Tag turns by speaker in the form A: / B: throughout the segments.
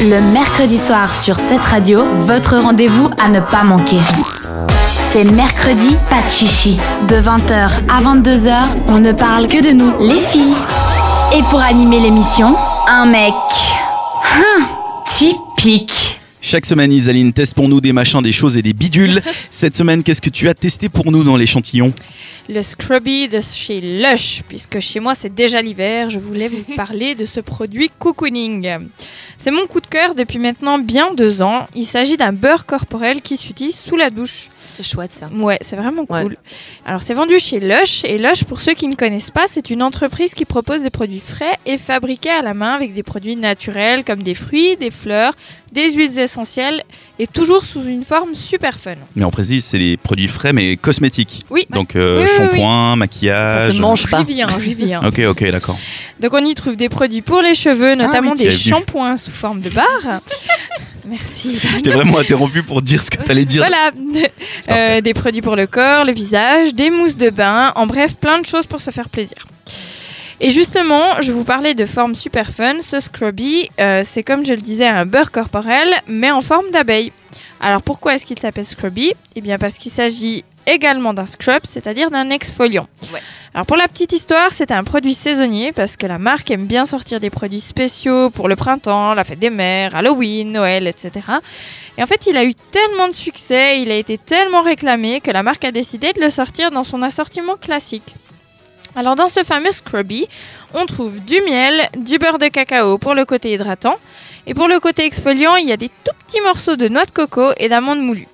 A: Le mercredi soir sur cette radio, votre rendez-vous à ne pas manquer. C'est mercredi, pas de chichi. De 20h à 22h, on ne parle que de nous, les filles. Et pour animer l'émission, un mec. Hum, typique.
B: Chaque semaine, Isaline teste pour nous des machins, des choses et des bidules. Cette semaine, qu'est-ce que tu as testé pour nous dans l'échantillon
C: le Scrubby de chez Lush, puisque chez moi c'est déjà l'hiver, je voulais vous parler de ce produit cocooning. C'est mon coup de cœur depuis maintenant bien deux ans. Il s'agit d'un beurre corporel qui s'utilise sous la douche.
D: C'est chouette ça.
C: Ouais, c'est vraiment
D: Ouais.
C: cool. Alors c'est vendu chez Lush, et Lush, pour ceux qui ne connaissent pas, c'est une entreprise qui propose des produits frais et fabriqués à la main avec des produits naturels comme des fruits, des fleurs, des huiles essentielles, et toujours sous une forme super fun.
B: Mais on précise, c'est les produits frais mais cosmétiques.
C: Oui,
B: Donc euh,
C: Oui, oui,
B: shampoing,
D: Ça
B: maquillage.
D: se mange pas.
C: j'y viens, j'y viens.
B: Ok, ok, d'accord.
C: Donc on y trouve des produits pour les cheveux, notamment
B: Ah oui, tu
C: des
B: l'as vu.
C: shampoings sous forme de barres. Merci.
B: Je t'ai vraiment interrompu pour dire ce que t'allais dire.
C: Voilà,
B: C'est parfait.
C: Euh, des produits pour le corps, le visage, des mousses de bain, en bref, plein de choses pour se faire plaisir. Et justement, je vous parlais de forme super fun. Ce Scrubby, euh, c'est comme je le disais, un beurre corporel, mais en forme d'abeille. Alors pourquoi est-ce qu'il s'appelle Scrubby Eh bien parce qu'il s'agit également d'un scrub, c'est-à-dire d'un exfoliant.
D: Ouais.
C: Alors pour la petite histoire, c'est un produit saisonnier parce que la marque aime bien sortir des produits spéciaux pour le printemps, la fête des mères, Halloween, Noël, etc. Et en fait, il a eu tellement de succès, il a été tellement réclamé que la marque a décidé de le sortir dans son assortiment classique. Alors dans ce fameux Scrubby, on trouve du miel, du beurre de cacao pour le côté hydratant, et pour le côté exfoliant, il y a des tout petits morceaux de noix de coco et d'amandes moulues.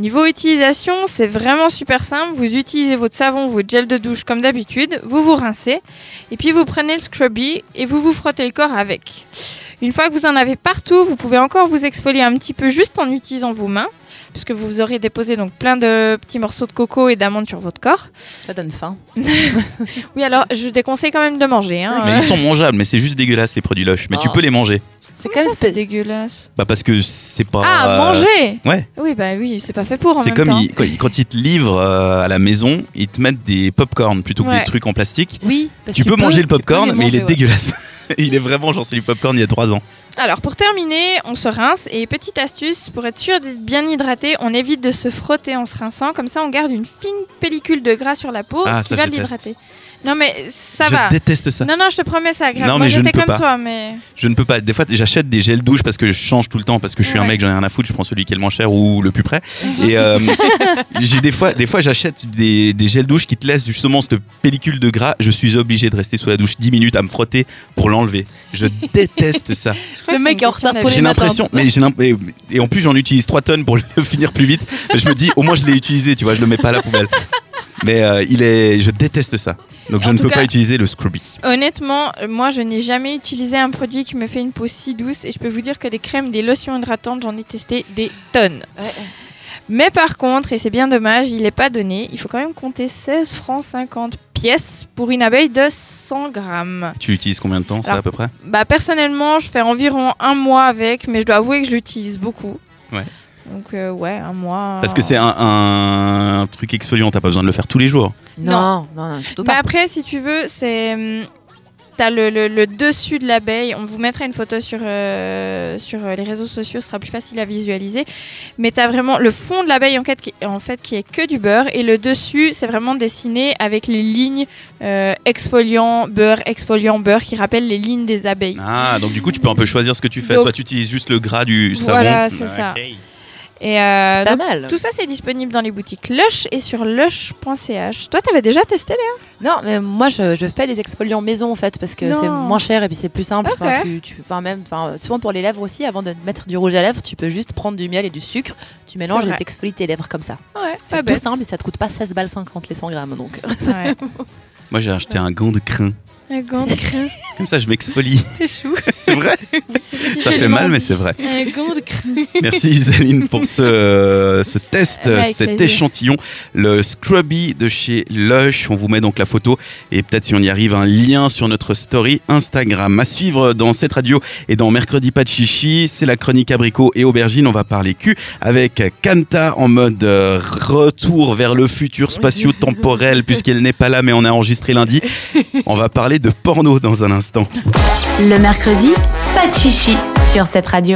C: Niveau utilisation, c'est vraiment super simple. Vous utilisez votre savon, votre gel de douche comme d'habitude, vous vous rincez, et puis vous prenez le Scrubby et vous vous frottez le corps avec. Une fois que vous en avez partout, vous pouvez encore vous exfolier un petit peu juste en utilisant vos mains, puisque vous aurez déposé donc plein de petits morceaux de coco et d'amandes sur votre corps.
D: Ça donne faim.
C: Oui, alors je déconseille quand même de manger. Hein,
B: Mais ils sont mangeables, mais c'est juste dégueulasse les produits Lush. Mais tu
C: Oh.
D: Ah.
B: peux les manger.
D: C'est quand
C: Comment
D: même
C: ça, c'est
D: spécial.
C: dégueulasse.
B: Bah parce que c'est pas.
C: Ah,
B: euh,
C: manger
B: ouais.
C: Oui, bah oui, c'est pas fait pour en
B: C'est
C: même
B: comme
C: temps.
B: ils- quand ils- quand ils te livrent euh, à la maison, ils te mettent des popcorn plutôt que
C: Ouais.
B: des trucs en plastique.
D: Oui. parce
B: Tu
D: qu'il
B: peux manger le
D: tu peux
B: popcorn,
D: les
B: mais il est
D: manger, ouais.
B: dégueulasse. il est vraiment genre c'est du popcorn il y a trois ans.
C: Alors pour terminer, on se rince et petite astuce, pour être sûr d'être bien hydraté, on évite de se frotter en se rinçant, comme ça on garde une fine pellicule de gras sur la peau,
B: Ah,
C: ce qui
B: ça,
C: va
B: je déteste.
C: l'hydrater. Non mais ça
B: je
C: va.
B: déteste ça.
C: Non, non, je te promets, ça grave.
B: Non,
C: Moi
B: mais je ne
C: j'étais
B: peux
C: comme
B: pas.
C: toi, mais...
B: Je ne peux pas. Des fois, j'achète des gels douche parce que je change tout le temps parce que je suis un
C: Ouais. Mhm.
B: mec, j'en ai rien à foutre. Je prends celui qui est le moins cher ou le plus près. Et euh, j'ai des fois, des fois, j'achète des, des gels douche qui te laissent justement cette pellicule de gras. Je suis obligé de rester sous la douche 10 minutes à me frotter pour l'enlever. Je déteste ça.
C: Je crois
D: Le
C: que
D: mec
C: c'est une
D: est en retard
C: question
D: pour les
B: J'ai
D: matins,
B: l'impression,
D: c'est ça.
B: mais j'ai l'imp- et, et en plus j'en utilise 3 tonnes pour le finir plus vite. Je me dis, au moins je l'ai utilisé, tu vois, je le mets pas à la poubelle. Mais euh, il est, je déteste ça. Donc je
C: En
B: ne
C: tout
B: peux
C: cas-
B: pas utiliser le Scrubby.
C: Honnêtement, euh, moi je n'ai jamais utilisé un produit qui me fait une peau si douce et je peux vous dire que des crèmes, des lotions hydratantes, j'en ai testé des tonnes.
D: Ouais.
C: Mais par contre, et c'est bien dommage, il n'est pas donné, il faut quand même compter 16 francs 50 pièces pour une abeille de 100 grammes.
B: Tu l'utilises combien de temps, ça
C: Alors,
B: à peu près
C: Bah personnellement, je fais environ un mois avec, mais je dois avouer que je l'utilise beaucoup.
B: Ouais.
C: Donc euh, ouais, un mois.
B: Parce que c'est un, un truc exfoliant, t'as pas besoin de le faire tous les jours.
D: Non, non, non, surtout
C: Mais
D: pas.
C: après, si tu veux, c'est. hum, T'as le, le- le dessus de l'abeille. On vous mettra une photo sur, euh, sur euh, les réseaux sociaux, ce sera plus facile à visualiser. Mais t'as vraiment le fond de l'abeille en, fait, qui- en fait qui est que du beurre. Et le dessus, c'est vraiment dessiné avec les lignes euh, exfoliant, beurre, exfoliant, beurre, qui rappellent les lignes des abeilles.
B: Ah, donc du coup, tu peux un peu choisir ce que tu fais.
C: Donc-
B: Soit tu utilises juste le gras du savon.
C: Voilà, c'est
B: Ok.
C: ça. Et euh,
D: C'est pas
C: donc,
D: mal.
C: tout ça, c'est disponible dans les boutiques Lush et sur lush.ch. Toi, t'avais déjà testé les
D: Non, mais moi je, je fais des exfoliants maison en fait parce que
C: Non.
D: c'est moins cher et puis c'est plus simple.
C: Ok.
D: Enfin, tu, tu, enfin, même, enfin, souvent pour les lèvres aussi, avant de mettre du rouge à lèvres, tu peux juste prendre du miel et du sucre, tu mélanges
C: C'est
D: et
C: vrai.
D: t'exfolies tes lèvres comme ça.
C: Ouais,
D: C'est tout simple et ça te coûte pas 16 balles 50 les 100 grammes donc.
C: Ouais.
B: Moi, j'ai acheté un gant de crin.
C: Un gant de crin.
B: Comme ça, je m'exfolie.
D: C'est chou.
B: C'est vrai Ça fait mal, mais c'est vrai.
C: Un gant de crin.
B: Merci Isaline pour ce, euh, ce test,
C: Ouais, avec
B: cet
C: plaisir.
B: échantillon, le Scrubby de chez Lush. On vous met donc la photo et peut-être si on y arrive un lien sur notre story Instagram. À suivre dans cette radio et dans Mercredi Pas de Chichi, c'est la chronique abricot et aubergine. On va parler cul avec Kanta en mode euh, retour vers le futur spatio-temporel puisqu'elle n'est pas là mais on a enregistré lundi. On va parler de porno dans un instant.
A: Le mercredi, pas de chichi sur cette radio.